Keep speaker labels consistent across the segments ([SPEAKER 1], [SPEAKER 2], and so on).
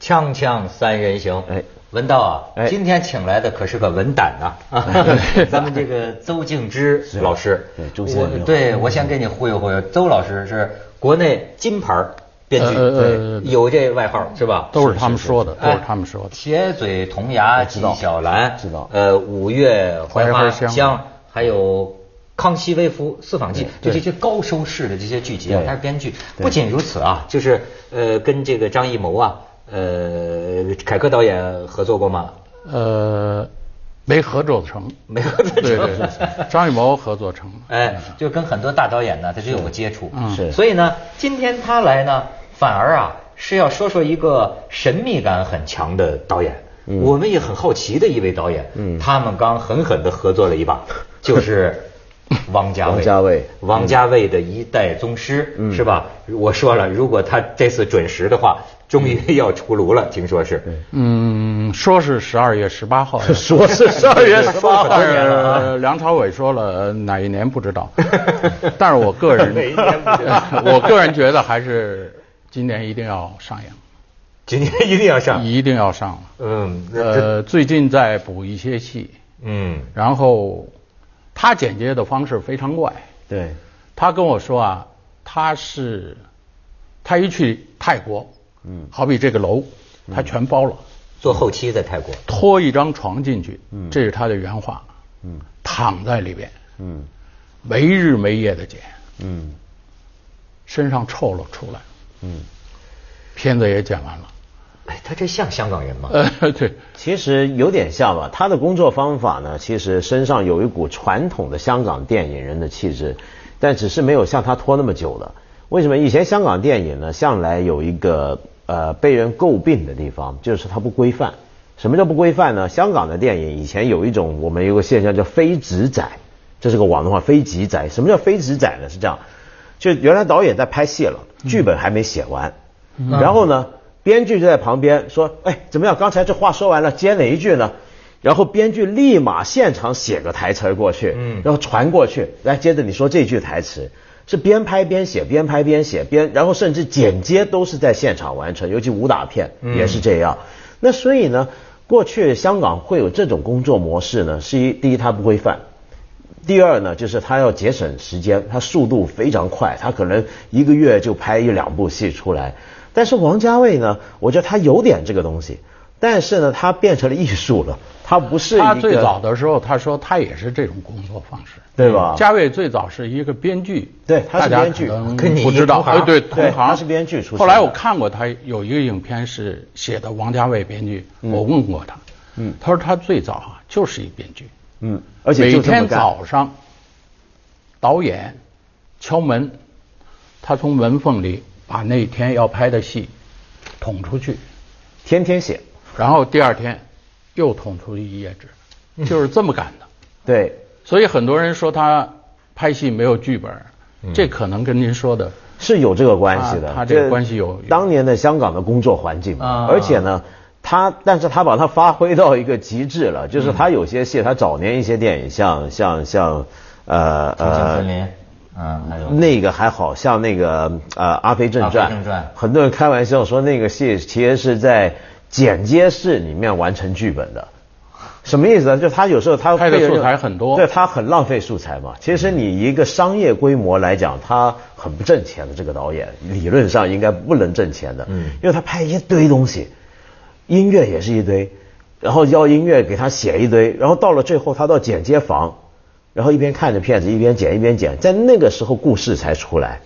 [SPEAKER 1] 锵锵三人行，
[SPEAKER 2] 哎
[SPEAKER 1] 文道啊，
[SPEAKER 2] 哎
[SPEAKER 1] 今天请来的可是个文胆呐、咱们这个邹静之
[SPEAKER 2] 是
[SPEAKER 1] 老师，
[SPEAKER 2] 对周先生
[SPEAKER 1] 我对我先给你忽悠忽悠，邹老师是国内金牌编剧，
[SPEAKER 3] 呃呃呃
[SPEAKER 1] 对有这外号是吧？
[SPEAKER 3] 都是他们说的，都
[SPEAKER 1] 哎
[SPEAKER 3] 是他们说的。
[SPEAKER 1] 铁嘴铜牙纪晓岚，
[SPEAKER 2] 知道
[SPEAKER 1] 呃，五月槐
[SPEAKER 3] 槐
[SPEAKER 1] 花
[SPEAKER 3] 花
[SPEAKER 1] 香
[SPEAKER 3] 香，
[SPEAKER 1] 还有。康熙微服私访记，就
[SPEAKER 2] 对
[SPEAKER 1] 这些高收视的这些剧集，啊，
[SPEAKER 2] 对
[SPEAKER 1] 他是编剧。
[SPEAKER 2] 对
[SPEAKER 1] 不仅如此啊，就是呃，跟这个张艺谋啊，呃，凯歌导演合作过吗？
[SPEAKER 3] 呃，没合作成，
[SPEAKER 1] 没合作成
[SPEAKER 3] 对对对，张艺谋合作成了。
[SPEAKER 1] 哎，就跟很多大导演呢，他是有个接触。
[SPEAKER 3] 嗯
[SPEAKER 2] 嗯是
[SPEAKER 1] 所以呢，今天他来呢，反而啊是要说说一个神秘感很强的导演，
[SPEAKER 2] 嗯
[SPEAKER 1] 我们也很好奇的一位导演。
[SPEAKER 2] 嗯
[SPEAKER 1] 他们刚狠狠地合作了一 把，就是。王家卫，
[SPEAKER 2] 王家卫
[SPEAKER 1] 王家卫的一代宗师，
[SPEAKER 2] 嗯
[SPEAKER 1] 是吧？我说了，如果他这次准时的话，终于要出炉了，听说是。
[SPEAKER 3] 嗯，说是十二月十 八号，
[SPEAKER 2] 说是12月18号
[SPEAKER 3] 但是呃梁朝伟说了呃哪一年不知道，但是我个人
[SPEAKER 1] 哪一年不知道，
[SPEAKER 3] 我个人觉得还是今年一定要上映，
[SPEAKER 1] 今天一定要上。
[SPEAKER 3] 一定要上了。
[SPEAKER 1] 嗯，那这，
[SPEAKER 3] 呃，最近在补一些戏，
[SPEAKER 1] 嗯，
[SPEAKER 3] 然后他剪接的方式非常怪，
[SPEAKER 2] 对，
[SPEAKER 3] 他跟我说啊，他是他一去泰国，
[SPEAKER 2] 嗯
[SPEAKER 3] 好比这个楼，他全包了，
[SPEAKER 1] 做后期在泰国。
[SPEAKER 3] 拖一张床进去，
[SPEAKER 2] 嗯
[SPEAKER 3] 这是他的原话，
[SPEAKER 2] 嗯
[SPEAKER 3] 躺在里边，
[SPEAKER 2] 嗯
[SPEAKER 3] 没日没夜的剪，
[SPEAKER 2] 嗯
[SPEAKER 3] 身上臭了出来，
[SPEAKER 2] 嗯，
[SPEAKER 3] 片子也剪完了，
[SPEAKER 1] 哎，他这像香港人吗？
[SPEAKER 3] 呃，对，
[SPEAKER 2] 其实有点像吧。他的工作方法呢，其实身上有一股传统的香港电影人的气质，但只是没有像他拖那么久了。为什么以前香港电影呢，向来有一个呃被人诟病的地方，就是它不规范。什么叫不规范呢？香港的电影以前有一种我们有个现象叫非直仔，这是个网络话，非直仔。什么叫非直仔呢？是这样，就原来导演在拍戏了，
[SPEAKER 1] 嗯
[SPEAKER 2] 剧本还没写完，然后呢，编剧就在旁边说：“哎，怎么样？刚才这话说完了，接哪一句呢？”然后编剧立马现场写个台词儿过去，
[SPEAKER 1] 嗯
[SPEAKER 2] 然后传过去，来接着你说这句台词，是边拍边写，边拍边写，边然后甚至剪接都是在现场完成，尤其武打片
[SPEAKER 1] 嗯
[SPEAKER 2] 也是这样。那所以呢，过去香港会有这种工作模式呢，是一第一它不规范，第二呢，就是他要节省时间，他速度非常快，他可能一个月就拍一两部戏出来。但是王家卫呢，我觉得他有点这个东西，但是呢，他变成了艺术了，他不是一个
[SPEAKER 3] 他最早的时候，他说他也是这种工作方式，
[SPEAKER 2] 对吧
[SPEAKER 3] 嘉卫最早是一个编剧，
[SPEAKER 2] 啊对他是
[SPEAKER 3] 大家
[SPEAKER 2] 编剧
[SPEAKER 3] 可能
[SPEAKER 1] 跟你
[SPEAKER 3] 不
[SPEAKER 1] 一
[SPEAKER 3] 知道，
[SPEAKER 1] 同行
[SPEAKER 3] 哎对，
[SPEAKER 2] 对
[SPEAKER 3] 同行
[SPEAKER 2] 他是编剧出身的
[SPEAKER 3] 后来我看过他有一个影片是写的王家卫编剧，我问过他，
[SPEAKER 2] 嗯
[SPEAKER 3] 他说他最早啊就是一编剧，
[SPEAKER 2] 嗯，而且就
[SPEAKER 3] 每
[SPEAKER 2] 这么
[SPEAKER 3] 天
[SPEAKER 2] 干
[SPEAKER 3] 早上，导演敲门，他从门缝里把那天要拍的戏捅出去，
[SPEAKER 2] 天天写，
[SPEAKER 3] 然后第二天又捅出一页 纸，就是这么干的。
[SPEAKER 2] 对，
[SPEAKER 3] 所以很多人说他拍戏没有剧本，这可能跟您说的，
[SPEAKER 2] 是有这个关系的。
[SPEAKER 3] 啊他他这个关系有
[SPEAKER 2] 当年的香港的工作环境嘛
[SPEAKER 1] 啊，
[SPEAKER 2] 而且呢，他但是他把它发挥到一个极致了，就是他有些戏，他早年一些电影，像像像呃
[SPEAKER 1] 重庆森
[SPEAKER 2] 呃。
[SPEAKER 1] 林，嗯，还有
[SPEAKER 2] 那个还好像那个呃《阿飞正传
[SPEAKER 1] 阿》飞正传
[SPEAKER 2] 很多人开玩笑说那个戏其实是在剪接室里面完成剧本的，什么意思呢？啊就他有时候他
[SPEAKER 3] 拍的
[SPEAKER 2] 被人
[SPEAKER 3] 素材很多
[SPEAKER 2] 对他很浪费素材嘛。其实你一个商业规模来讲，他很不挣钱的。这个导演理论上应该不能挣钱的，
[SPEAKER 1] 嗯
[SPEAKER 2] 因为他拍一堆东西，音乐也是一堆，然后要音乐给他写一堆，然后到了最后他到剪接房，然后一边看着片子一边剪一边剪，在那个时候故事才出来，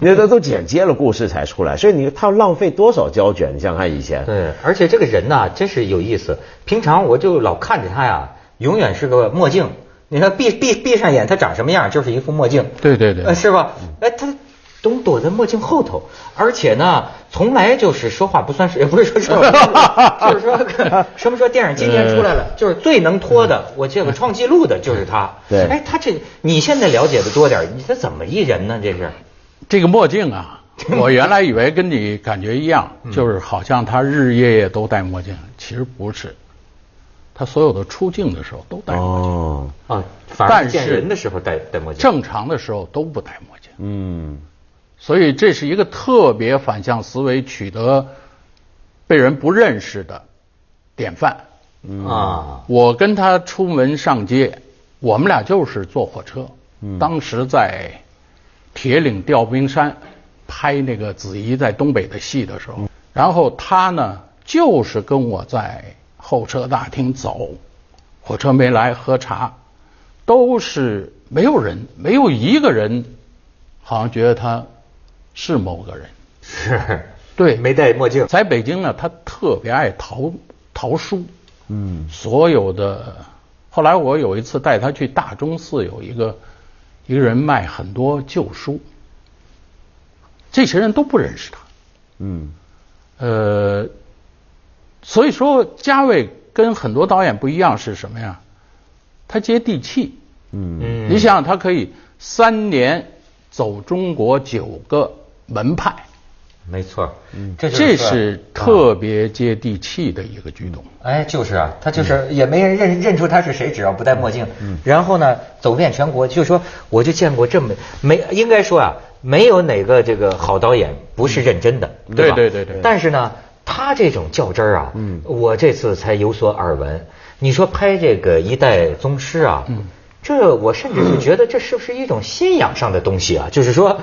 [SPEAKER 2] 那都都剪接了故事才出来，所以你他浪费多少胶卷？你想想看以前，
[SPEAKER 1] 对，而且这个人呐、真是有意思。平常我就老看着他呀，永远是个墨镜。你看闭闭闭上眼，他长什么样，就是一副墨镜。
[SPEAKER 3] 对对对
[SPEAKER 1] 呃，是吧？哎，他总躲在墨镜后头，而且呢，从来就是说话不算数，也不是说说话不算数，就是说什么说电影今年出来了，就是最能拖的，我这有个创纪录的就是他。
[SPEAKER 2] 对
[SPEAKER 1] 哎，他这你现在了解的多点儿，你这怎么一人呢？这是，
[SPEAKER 3] 这个墨镜啊，我原来以为跟你感觉一样，就是好像他日日夜夜都戴墨镜，其实不是，他所有的出镜的时候都戴墨镜，
[SPEAKER 2] 哦，
[SPEAKER 1] 啊，反而
[SPEAKER 3] 但
[SPEAKER 1] 见
[SPEAKER 3] 是
[SPEAKER 1] 人的时候戴戴墨镜。
[SPEAKER 3] 正常的时候都不戴墨镜，
[SPEAKER 2] 嗯，
[SPEAKER 3] 所以这是一个特别反向思维取得被人不认识的典范。
[SPEAKER 1] 啊，
[SPEAKER 3] 我跟他出门上街，我们俩就是坐火车。
[SPEAKER 1] 嗯
[SPEAKER 3] 当时在铁岭调兵山拍那个子怡在东北的戏的时候，
[SPEAKER 1] 嗯
[SPEAKER 3] 然后他呢就是跟我在候车大厅走，火车没来喝茶，都是没有人，没有一个人好像觉得他是某个人。
[SPEAKER 1] 是，
[SPEAKER 3] 对，
[SPEAKER 1] 没戴墨镜，
[SPEAKER 3] 在北京呢，他特别爱淘淘书，
[SPEAKER 2] 嗯，
[SPEAKER 3] 所有的。后来我有一次带他去大钟寺，有一个一个人卖很多旧书，这些人都不认识他。
[SPEAKER 2] 嗯，
[SPEAKER 3] 呃，所以说嘉伟跟很多导演不一样是什么呀？他接地气。
[SPEAKER 2] 嗯
[SPEAKER 1] 嗯，
[SPEAKER 3] 你想想，他可以三年走中国九个门派，
[SPEAKER 1] 没错，嗯，这就是
[SPEAKER 3] 这是特别接地气的一个举动。
[SPEAKER 1] 哎，就是啊，他就是
[SPEAKER 3] 嗯
[SPEAKER 1] 也没人认认出他是谁，只要不戴墨镜。然后呢，走遍全国，就说我就见过这么没，应该说啊，没有哪个这个好导演不是认真的，
[SPEAKER 3] 嗯
[SPEAKER 1] 吧？
[SPEAKER 3] 对对对对
[SPEAKER 1] 但是呢，他这种较真儿啊，
[SPEAKER 2] 嗯
[SPEAKER 1] 我这次才有所耳闻。你说拍这个一代宗师啊，
[SPEAKER 3] 嗯
[SPEAKER 1] 这我甚至就觉得这是不是一种信仰上的东西
[SPEAKER 3] 嗯
[SPEAKER 1] 啊？就是说，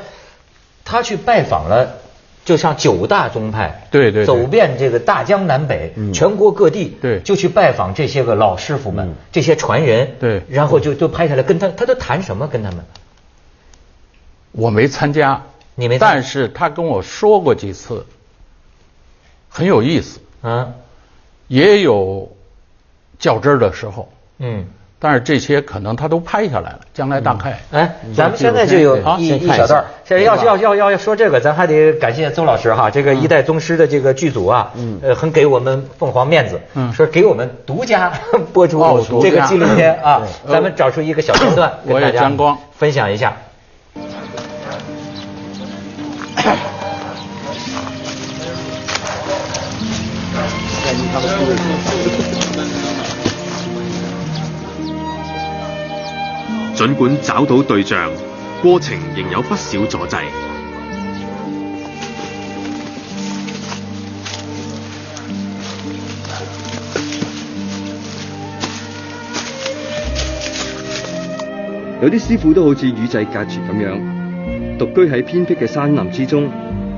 [SPEAKER 1] 他去拜访了。就像九大宗派，
[SPEAKER 3] 对对对
[SPEAKER 1] 走遍这个大江南北，全国各地，
[SPEAKER 3] 嗯对嗯
[SPEAKER 1] 就去拜访这些个老师傅们，这些传人，
[SPEAKER 3] 对
[SPEAKER 1] 然后就就拍下来，跟他他都谈什么跟他们？
[SPEAKER 3] 我没参加，
[SPEAKER 1] 你没参
[SPEAKER 3] 但是他跟我说过几次，很有意思，
[SPEAKER 1] 啊，
[SPEAKER 3] 也有较真儿的时候，
[SPEAKER 1] 嗯，
[SPEAKER 3] 但是这些可能他都拍下来了，将来大概。
[SPEAKER 1] 哎，咱们现在就有
[SPEAKER 3] 嗯好
[SPEAKER 1] 一
[SPEAKER 2] 先
[SPEAKER 1] 一
[SPEAKER 2] 看一
[SPEAKER 1] 小段
[SPEAKER 2] 下
[SPEAKER 1] 儿，这要要要要要说这个，咱还得感谢邹老师哈，这
[SPEAKER 3] 嗯
[SPEAKER 1] 个一代宗师的这个剧组啊，呃，很给我们凤凰面子，
[SPEAKER 3] 嗯
[SPEAKER 1] 说给我们独家 播出
[SPEAKER 3] 哦独家
[SPEAKER 1] 这个纪录片啊，
[SPEAKER 3] 对
[SPEAKER 1] 咱们找出一个小片段
[SPEAKER 3] 我
[SPEAKER 1] 跟
[SPEAKER 3] 也
[SPEAKER 1] 大家
[SPEAKER 3] 沾光
[SPEAKER 1] 分享一下。
[SPEAKER 4] 儘管找到對象，過程仍有不少阻滯。
[SPEAKER 5] 有啲師傅都好似與世隔絕咁樣，獨居喺偏僻嘅山林之中，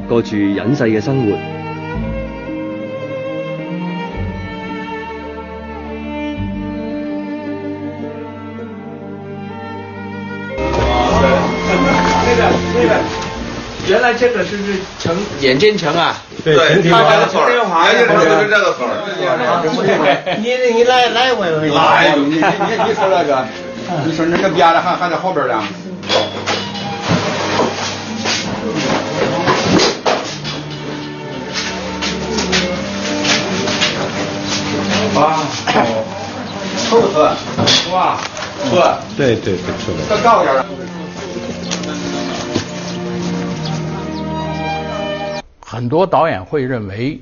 [SPEAKER 5] 過住隱世嘅生活。
[SPEAKER 6] 原来这个是是城眼见城啊，
[SPEAKER 7] 对，陈廷
[SPEAKER 6] 他
[SPEAKER 7] 华
[SPEAKER 6] 家
[SPEAKER 7] 的
[SPEAKER 6] 的村儿
[SPEAKER 7] 哎，就是就是这个村儿。
[SPEAKER 6] 你你来来我我
[SPEAKER 7] 哎呦，你你你你说那个，你说那个边的还还在后边儿呢。啊，臭子，哇，错，
[SPEAKER 5] 對對對，錯
[SPEAKER 7] 再高点儿。
[SPEAKER 3] 很多导演会认为，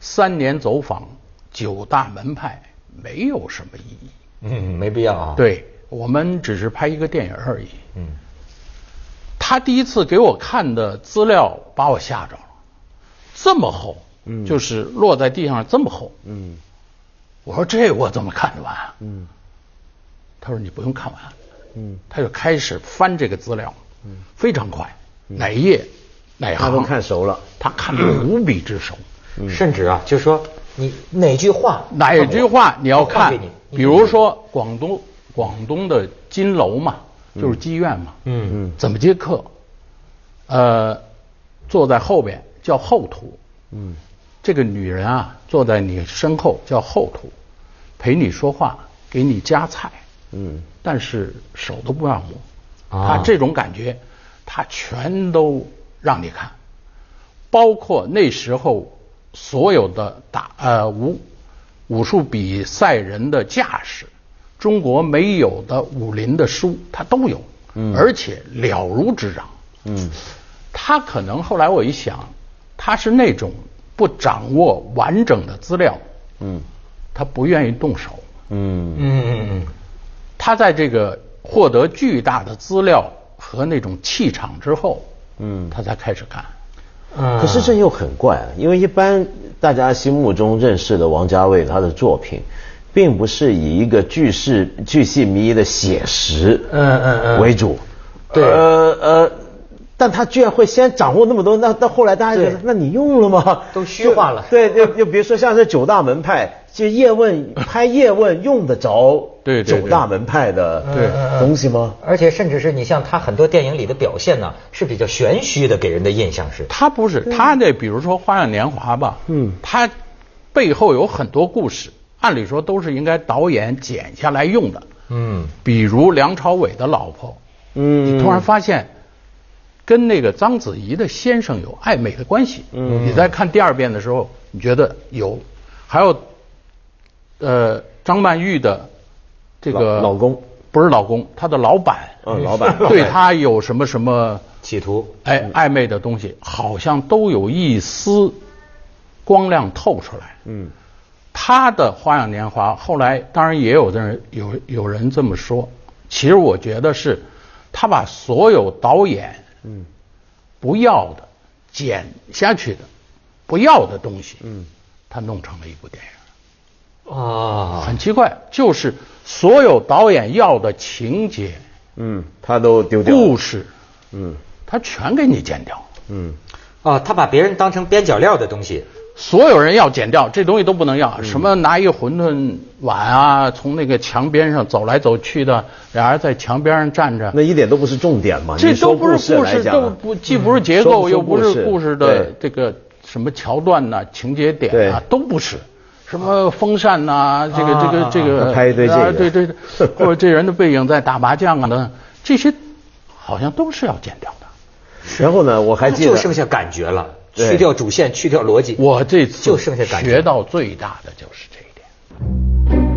[SPEAKER 3] 三年走访九大门派没有什么意义。
[SPEAKER 1] 嗯，没必要啊。，
[SPEAKER 2] 哦
[SPEAKER 3] 对我们只是拍一个电影而已。
[SPEAKER 1] 嗯，
[SPEAKER 3] 他第一次给我看的资料把我吓着了，这么厚，
[SPEAKER 2] 嗯
[SPEAKER 3] 就是落在地上这么厚。
[SPEAKER 2] 嗯
[SPEAKER 3] 我说这我怎么看得完啊？
[SPEAKER 2] 嗯
[SPEAKER 3] 他说你不用看完，
[SPEAKER 2] 嗯，
[SPEAKER 3] 他就开始翻这个资料，嗯，非常快，哪页哪
[SPEAKER 2] 嗯他
[SPEAKER 3] 行
[SPEAKER 2] 都看熟了，
[SPEAKER 3] 他看得无比之熟。
[SPEAKER 2] 嗯
[SPEAKER 1] 甚至啊，就说你哪句话，
[SPEAKER 3] 哪一句话你要
[SPEAKER 1] 我放
[SPEAKER 3] 看
[SPEAKER 1] 给你？你
[SPEAKER 3] 比如说广东广东的金楼嘛，就是妓院嘛，
[SPEAKER 1] 嗯
[SPEAKER 2] 嗯
[SPEAKER 3] 怎么接客？呃，坐在后边叫后土，
[SPEAKER 2] 嗯
[SPEAKER 3] 这个女人啊坐在你身后叫后土，陪你说话，给你夹菜，
[SPEAKER 2] 嗯
[SPEAKER 3] 但是手都不让摸，
[SPEAKER 1] 啊
[SPEAKER 3] 她这种感觉，她全都让你看，包括那时候所有的打呃武武术比赛人的架势，中国没有的武林的书，他都有，
[SPEAKER 2] 嗯
[SPEAKER 3] 而且了如指掌。
[SPEAKER 2] 嗯
[SPEAKER 3] 他可能后来我一想，他是那种不掌握完整的资料，
[SPEAKER 2] 嗯
[SPEAKER 3] 他不愿意动手。
[SPEAKER 2] 嗯
[SPEAKER 1] 嗯嗯嗯，
[SPEAKER 3] 他在这个获得巨大的资料和那种气场之后，
[SPEAKER 2] 嗯
[SPEAKER 3] 他才开始干。
[SPEAKER 1] 啊
[SPEAKER 2] 可是这又很怪啊，因为一般大家心目中认识的王家卫他的作品，并不是以一个巨细巨细靡遗的写实
[SPEAKER 1] 嗯嗯嗯
[SPEAKER 2] 为主，
[SPEAKER 1] 对
[SPEAKER 2] 呃呃。但他居然会先掌握那么多，那到后来大家觉得
[SPEAKER 1] 对，
[SPEAKER 2] 那你用了吗？
[SPEAKER 1] 都虚化了
[SPEAKER 2] 就对，就就比如说像这九大门派，就叶问拍叶问用得着
[SPEAKER 3] 对对对
[SPEAKER 2] 九大门派的
[SPEAKER 3] 对嗯
[SPEAKER 2] 东西吗？
[SPEAKER 1] 而且甚至是你像他很多电影里的表现呢，是比较玄虚的，给人的印象是。
[SPEAKER 3] 他不是他那，比如说《花样年华》吧，
[SPEAKER 2] 嗯
[SPEAKER 3] 他背后有很多故事，按理说都是应该导演剪下来用的，
[SPEAKER 1] 嗯，
[SPEAKER 3] 比如梁朝伟的老婆，
[SPEAKER 2] 嗯
[SPEAKER 3] 你突然发现跟那个章子怡的先生有暧昧的关系，
[SPEAKER 2] 嗯
[SPEAKER 3] 你在看第二遍的时候，你觉得有，还有呃张曼玉的这个
[SPEAKER 2] 老老公
[SPEAKER 3] 不是老公，她的老板，
[SPEAKER 2] 嗯老板
[SPEAKER 3] 对她有什么 什么
[SPEAKER 1] 企图
[SPEAKER 3] 哎，暧昧的东西好像都有一丝光亮透出来。
[SPEAKER 2] 嗯，
[SPEAKER 3] 他的《花样年华》后来当然也有的人有有人这么说，其实我觉得是他把所有导演嗯不要的剪下去的不要的东西嗯，他弄成了一部电影。
[SPEAKER 1] 啊，
[SPEAKER 3] 很奇怪，就是所有导演要的情节、
[SPEAKER 2] 嗯，他都丢掉了
[SPEAKER 3] 故，事，
[SPEAKER 2] 嗯
[SPEAKER 3] 他全给你剪掉了。
[SPEAKER 2] 嗯，
[SPEAKER 1] 啊，他把别人当成边角料的东西。
[SPEAKER 3] 所有人要剪掉这东西都不能
[SPEAKER 2] 嗯
[SPEAKER 3] 要，什么拿一馄饨碗啊，从那个墙边上走来走去的，俩人在墙边上站着
[SPEAKER 2] 那，一点都不是重点嘛。
[SPEAKER 3] 这
[SPEAKER 2] 你说
[SPEAKER 3] 都不是
[SPEAKER 2] 故
[SPEAKER 3] 事，
[SPEAKER 2] 来讲
[SPEAKER 3] 都
[SPEAKER 2] 啊
[SPEAKER 3] 不既不是结构，
[SPEAKER 2] 嗯
[SPEAKER 3] 又不
[SPEAKER 2] 说不
[SPEAKER 3] 是
[SPEAKER 2] 出
[SPEAKER 3] 故
[SPEAKER 2] 故
[SPEAKER 3] 事
[SPEAKER 2] 事
[SPEAKER 3] 的
[SPEAKER 2] 对
[SPEAKER 3] 这个什么桥段呐、情节点啊
[SPEAKER 2] 对，啊
[SPEAKER 3] 都不是。什么风扇呐、这个这个这个，
[SPEAKER 2] 拍一堆这个
[SPEAKER 3] 啊对对，对或者这人的背影在打麻将啊等，这些好像都是要剪掉的。
[SPEAKER 2] 然后呢，我还记
[SPEAKER 1] 就
[SPEAKER 2] 得
[SPEAKER 1] 剩下感觉了，
[SPEAKER 2] 对
[SPEAKER 1] 去掉主线，去掉逻辑。
[SPEAKER 3] 我这次
[SPEAKER 1] 就剩下感觉
[SPEAKER 3] 学到最大的就是这一点。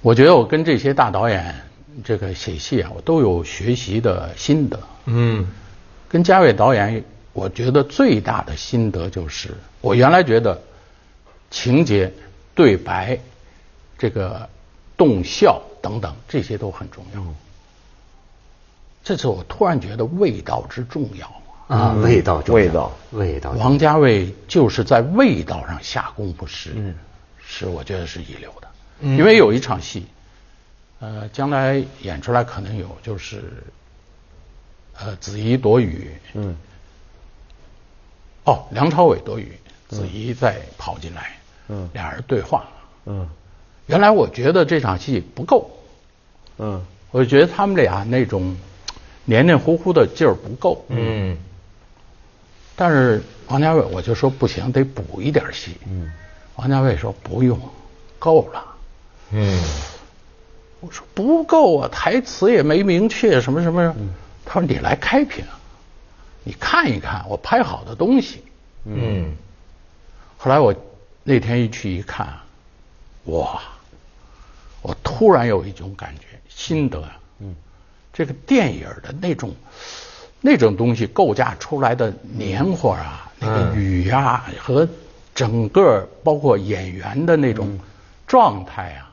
[SPEAKER 3] 我觉得我跟这些大导演这个写戏啊，我都有学习的心得。
[SPEAKER 1] 嗯，
[SPEAKER 3] 跟家伟导演，我觉得最大的心得就是，我原来觉得情节、对白、这个动效等等这些都很重要。这次我突然觉得味道之重要啊！
[SPEAKER 1] 啊，味道重要，
[SPEAKER 2] 味道
[SPEAKER 1] 味道重要。
[SPEAKER 3] 王家卫就是在味道上下功夫是，
[SPEAKER 2] 嗯
[SPEAKER 3] 是我觉得是一流的。因为有一场戏，呃，将来演出来可能有，就是呃，子怡躲雨，
[SPEAKER 2] 嗯，
[SPEAKER 3] 哦，梁朝伟躲雨，子怡再跑进来，
[SPEAKER 2] 嗯
[SPEAKER 3] 俩人对话了。
[SPEAKER 2] 嗯
[SPEAKER 3] 原来我觉得这场戏不够，
[SPEAKER 2] 嗯
[SPEAKER 3] 我觉得他们俩那种黏黏糊糊的劲儿不够，
[SPEAKER 1] 嗯，
[SPEAKER 3] 但是王家卫我就说不行，得补一点戏。嗯，王家卫说不用，够了。
[SPEAKER 1] 嗯，
[SPEAKER 3] 我说不够啊，台词也没明确什么什么。他说你来开屏，你看一看我拍好的东西。
[SPEAKER 1] 嗯，
[SPEAKER 3] 后来我那天一去一看，哇！我突然有一种感觉，心得啊，嗯，这个电影的那种那种东西构架出来的黏糊啊，那个语呀、和整个包括演员的那种状态啊，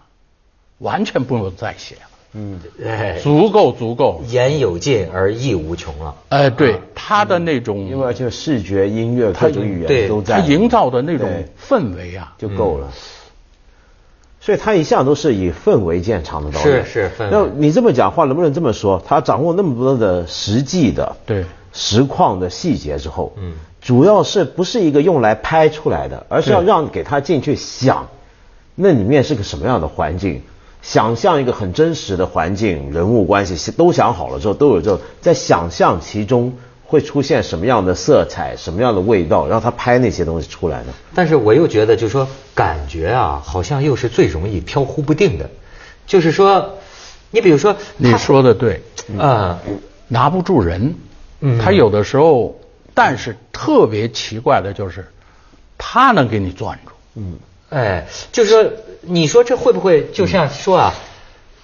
[SPEAKER 3] 完全不用再写了，
[SPEAKER 1] 哎，嗯
[SPEAKER 3] 足够足够了。
[SPEAKER 1] 言有尽而意无穷了。
[SPEAKER 3] 哎，对他的那种，
[SPEAKER 2] 嗯因为而且视觉、音乐各种语
[SPEAKER 1] 对
[SPEAKER 2] 言都
[SPEAKER 3] 他
[SPEAKER 2] 在，
[SPEAKER 3] 营造的那种
[SPEAKER 1] 嗯
[SPEAKER 2] 对
[SPEAKER 3] 氛围啊，
[SPEAKER 2] 就够了。所以他一向都是以氛围见长的导演。
[SPEAKER 1] 是是氛围
[SPEAKER 2] 那你这么讲话，能不能这么说？他掌握那么多的实际的
[SPEAKER 3] 对
[SPEAKER 2] 实况的细节之后，
[SPEAKER 1] 嗯
[SPEAKER 2] 主要是不是一个用来拍出来的，而是要让给他进去想，那里面是个什么样的环境。想象一个很真实的环境、人物关系都想好了之后，都有之后，在想象其中会出现什么样的色彩、什么样的味道，让他拍那些东西出来呢？
[SPEAKER 1] 但是我又觉得，就是说感觉啊，好像又是最容易飘忽不定的，就是说，你比如说，
[SPEAKER 3] 你说嗯的对，
[SPEAKER 1] 啊、
[SPEAKER 3] 拿不住人。
[SPEAKER 1] 嗯
[SPEAKER 3] 他有的时候，但是特别奇怪的就是，他能给你攥住。
[SPEAKER 2] 嗯，
[SPEAKER 1] 哎，就是说，你说这会不会就像说啊，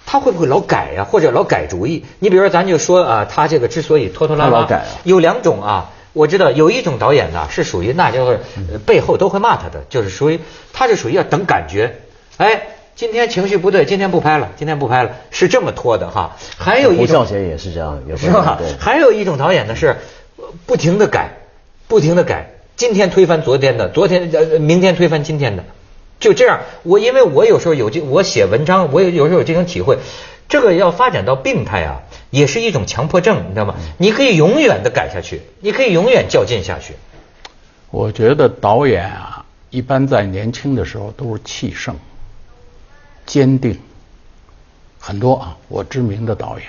[SPEAKER 1] 他会不会老改呀、或者老改主意？你比如说，咱就说啊，他这个之所以拖拖拉
[SPEAKER 2] 他
[SPEAKER 1] 拉，
[SPEAKER 2] 老改啊
[SPEAKER 1] 有两种啊。我知道有一种导演呢、是属于那就是
[SPEAKER 2] 嗯
[SPEAKER 1] 呃背后都会骂他的，就是属于他是属于要等感觉，哎，今天情绪不对，今天不拍了，今天不拍了，是这么拖的哈。还哎有一
[SPEAKER 2] 胡
[SPEAKER 1] 种
[SPEAKER 2] 孝贤也是这样，也会
[SPEAKER 1] 是吧
[SPEAKER 2] 对？
[SPEAKER 1] 还有一种导演呢是呃不停的改，不停的改，今天推翻昨天的，昨天呃明天推翻今天的，就这样。我因为我有时候有这，我写文章，我有有时候有这种体会，这个要发展到病态啊，也是一种强迫症，你知道吗？你可以永远的改下去，你可以永远较劲下去。
[SPEAKER 3] 我觉得导演啊，一般在年轻的时候都是气盛、坚定，很多啊，我知名的导演，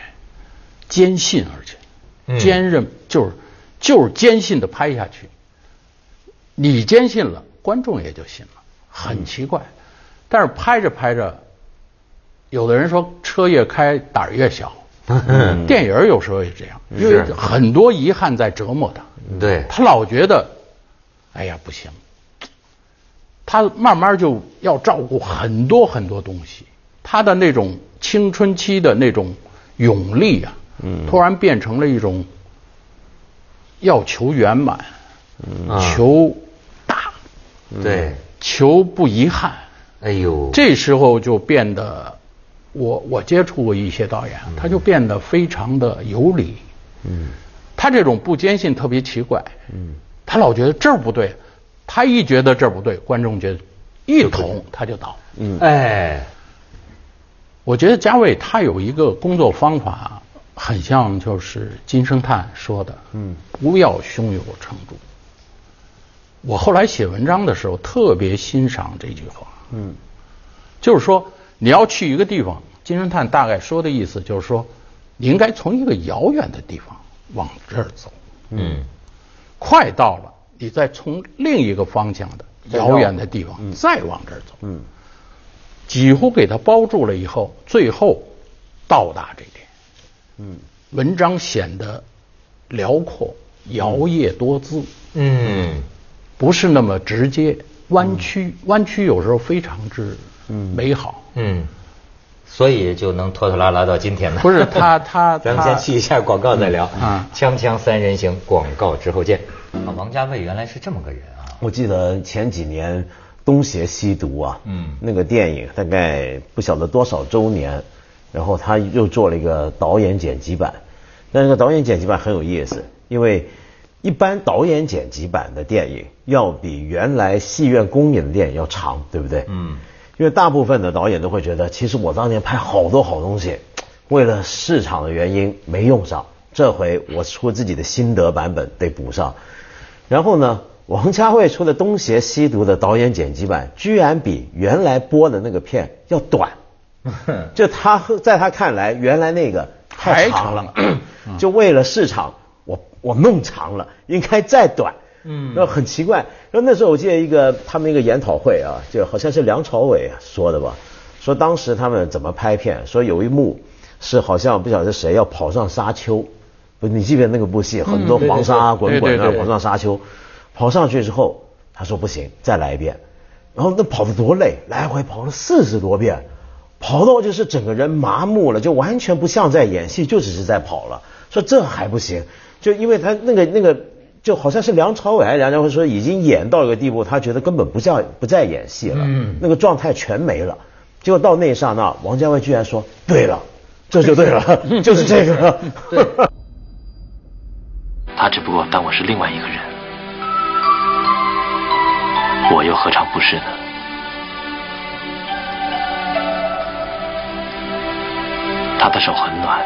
[SPEAKER 3] 坚信而
[SPEAKER 1] 嗯
[SPEAKER 3] 且坚韧，就是就是坚信的拍下去。你坚信了，观众也就信了，很奇怪。但是拍着拍着，有的人说车越开胆儿越 小，电影儿有时候也这样，因为
[SPEAKER 1] 是
[SPEAKER 3] 很多遗憾在折磨他。
[SPEAKER 1] 对，
[SPEAKER 3] 他老觉得，哎呀不行，他慢慢就要照顾很多很多东西，他的那种青春期的那种勇力啊，突然变成了一种要求圆满，
[SPEAKER 1] 啊
[SPEAKER 3] 求大，
[SPEAKER 1] 对，
[SPEAKER 3] 求不遗憾，
[SPEAKER 1] 哎呦，
[SPEAKER 3] 这时候就变得，我我接触过一些导演，他就变得非常的有理。
[SPEAKER 2] 嗯
[SPEAKER 3] 他这种不坚信特别奇怪，
[SPEAKER 2] 嗯
[SPEAKER 3] 他老觉得这儿不对，他一觉得这儿不对，观众觉得一捅他就倒。
[SPEAKER 2] 嗯，
[SPEAKER 1] 哎，
[SPEAKER 3] 我觉得嘉伟他有一个工作方法，很像就是金圣叹说的，
[SPEAKER 2] 嗯
[SPEAKER 3] 不要胸有成竹。我后来写文章的时候特别欣赏这句话，
[SPEAKER 2] 嗯
[SPEAKER 3] 就是说你要去一个地方，金圣叹大概说的意思就是说，你应该从一个遥远的地方往这儿走，
[SPEAKER 1] 嗯，
[SPEAKER 3] 快到了，你再从另一个方向的
[SPEAKER 1] 嗯
[SPEAKER 3] 遥远的地方再往这儿走，
[SPEAKER 2] 嗯，
[SPEAKER 3] 几乎给它包住了以后，最后到达这点，
[SPEAKER 2] 嗯，
[SPEAKER 3] 文章显得辽阔、摇曳多姿，
[SPEAKER 1] 嗯，
[SPEAKER 3] 不是那么直接弯
[SPEAKER 2] 嗯
[SPEAKER 3] 曲，弯曲有时候非常之美好。
[SPEAKER 1] 嗯，所以就能拖拖拉拉到今天呢。
[SPEAKER 3] 不是他 他
[SPEAKER 1] 咱们
[SPEAKER 3] 他
[SPEAKER 1] 先去一下广告再聊。
[SPEAKER 3] 嗯啊
[SPEAKER 1] 锵锵三人行，广告之后见。啊，王家卫原来是这么个人啊。
[SPEAKER 2] 我记得前几年东邪西毒啊，
[SPEAKER 1] 嗯
[SPEAKER 2] 那个电影大概不晓得多少周年，然后他又做了一个导演剪辑版，但那个导演剪辑版很有意思，因为一般导演剪辑版的电影要比原来戏院公映的电影要长，对不对？
[SPEAKER 1] 嗯。
[SPEAKER 2] 因为大部分的导演都会觉得，其实我当年拍好多好东西，为了市场的原因没用上，这回我出自己的心得版本得补上。然后呢，王家卫出的《东邪西毒》的导演剪辑版，居然比原来播的那个片要 短。就他在他看来，原来那个太长了， 嗯就为了市场，我我弄长了，应该再短。
[SPEAKER 1] 嗯
[SPEAKER 2] 然后很奇怪。然后那时候我记得一个他们一个研讨会啊，就好像是梁朝伟说的吧，说当时他们怎么拍片，说有一幕是好像不晓得是谁要跑上沙丘，不，你记不记得那个部戏，很多黄沙滚滚
[SPEAKER 3] 嗯对对
[SPEAKER 2] 的
[SPEAKER 3] 对
[SPEAKER 2] 跑上沙丘，跑上去之后，他说不行，再来一遍。然后那跑得多累，来回跑了四十多遍，跑到就是整个人麻木了，就完全不像在演戏，就只是在跑了。说这还不行，就因为他那个那个，就好像是梁朝伟，梁朝伟说已经演到一个地步，他觉得根本不像不在演戏了，
[SPEAKER 1] 嗯
[SPEAKER 2] 那个状态全没了。结果到那一刹那，王家卫居然说：“对了，这就对 了，就是这个了。”对。
[SPEAKER 8] 他啊只不过当我是另外一个人，我又何尝不是呢？她的手很暖，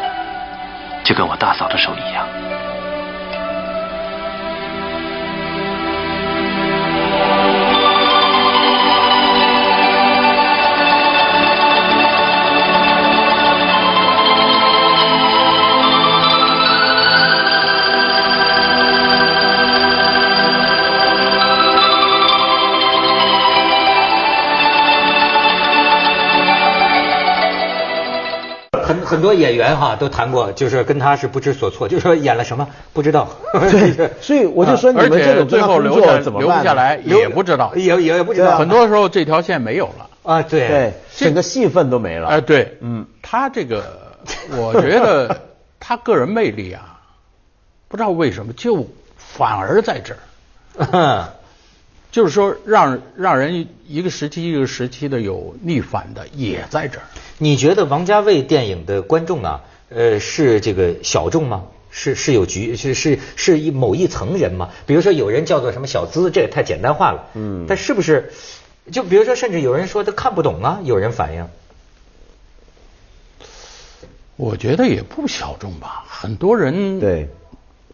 [SPEAKER 8] 就跟我大嫂的手一样。
[SPEAKER 1] 很很多演员哈都谈过，就是跟他是不知所措，就说演了什么不知道。 对
[SPEAKER 2] 所以我就说你
[SPEAKER 3] 啊而
[SPEAKER 2] 们这
[SPEAKER 3] 且
[SPEAKER 2] 种
[SPEAKER 3] 最后
[SPEAKER 2] 工
[SPEAKER 3] 留
[SPEAKER 2] 作
[SPEAKER 3] 下
[SPEAKER 2] 怎么
[SPEAKER 3] 留
[SPEAKER 2] 办
[SPEAKER 3] 不
[SPEAKER 2] 呢
[SPEAKER 3] 下来也不知道，
[SPEAKER 1] 也也不知
[SPEAKER 2] 对啊
[SPEAKER 1] 道
[SPEAKER 3] 很多时候这条线没有了。
[SPEAKER 1] 啊，对
[SPEAKER 2] 对，整个戏份都没了。
[SPEAKER 3] 哎，对，
[SPEAKER 2] 嗯，
[SPEAKER 3] 他这个， 我觉得他个人魅力啊，不知道为什么就反而在这儿，
[SPEAKER 1] 嗯
[SPEAKER 3] 就是说让让人一个时期一个时期的有逆反的也在这儿。
[SPEAKER 1] 你觉得王家卫电影的观众啊，呃，是这个小众吗？是是有局是是是一某一层人吗？比如说有人叫做什么小资，这也太简单化了。嗯，但是不是？就比如说，甚至有人说他看不懂啊，有人反映。
[SPEAKER 3] 我觉得也不小众吧，很多人
[SPEAKER 2] 对，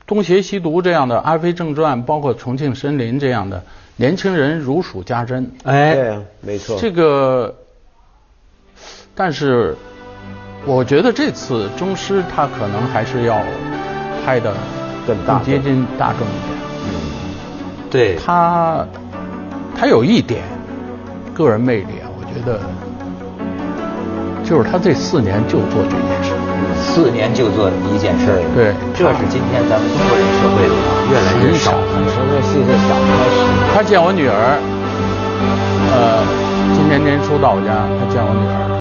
[SPEAKER 3] 东邪西毒这样的《阿飞正传》，包括《重庆森林》这样的，年轻人如数家珍。
[SPEAKER 2] 对
[SPEAKER 1] 哎，
[SPEAKER 2] 啊，没错。
[SPEAKER 3] 这个，但是我觉得这次宗师他可能还是要拍的
[SPEAKER 2] 更大众
[SPEAKER 3] 接近大众一
[SPEAKER 1] 对
[SPEAKER 3] 点。，他他有一点个人魅力啊，我觉得就是他这四年就做这件事。
[SPEAKER 1] 四年就做一件事儿。
[SPEAKER 3] 对
[SPEAKER 1] 这是今天咱们中国人社会越来越少。
[SPEAKER 2] 从这戏是小开始，
[SPEAKER 3] 他见我女儿，呃，今年年初到我家，他见我女儿。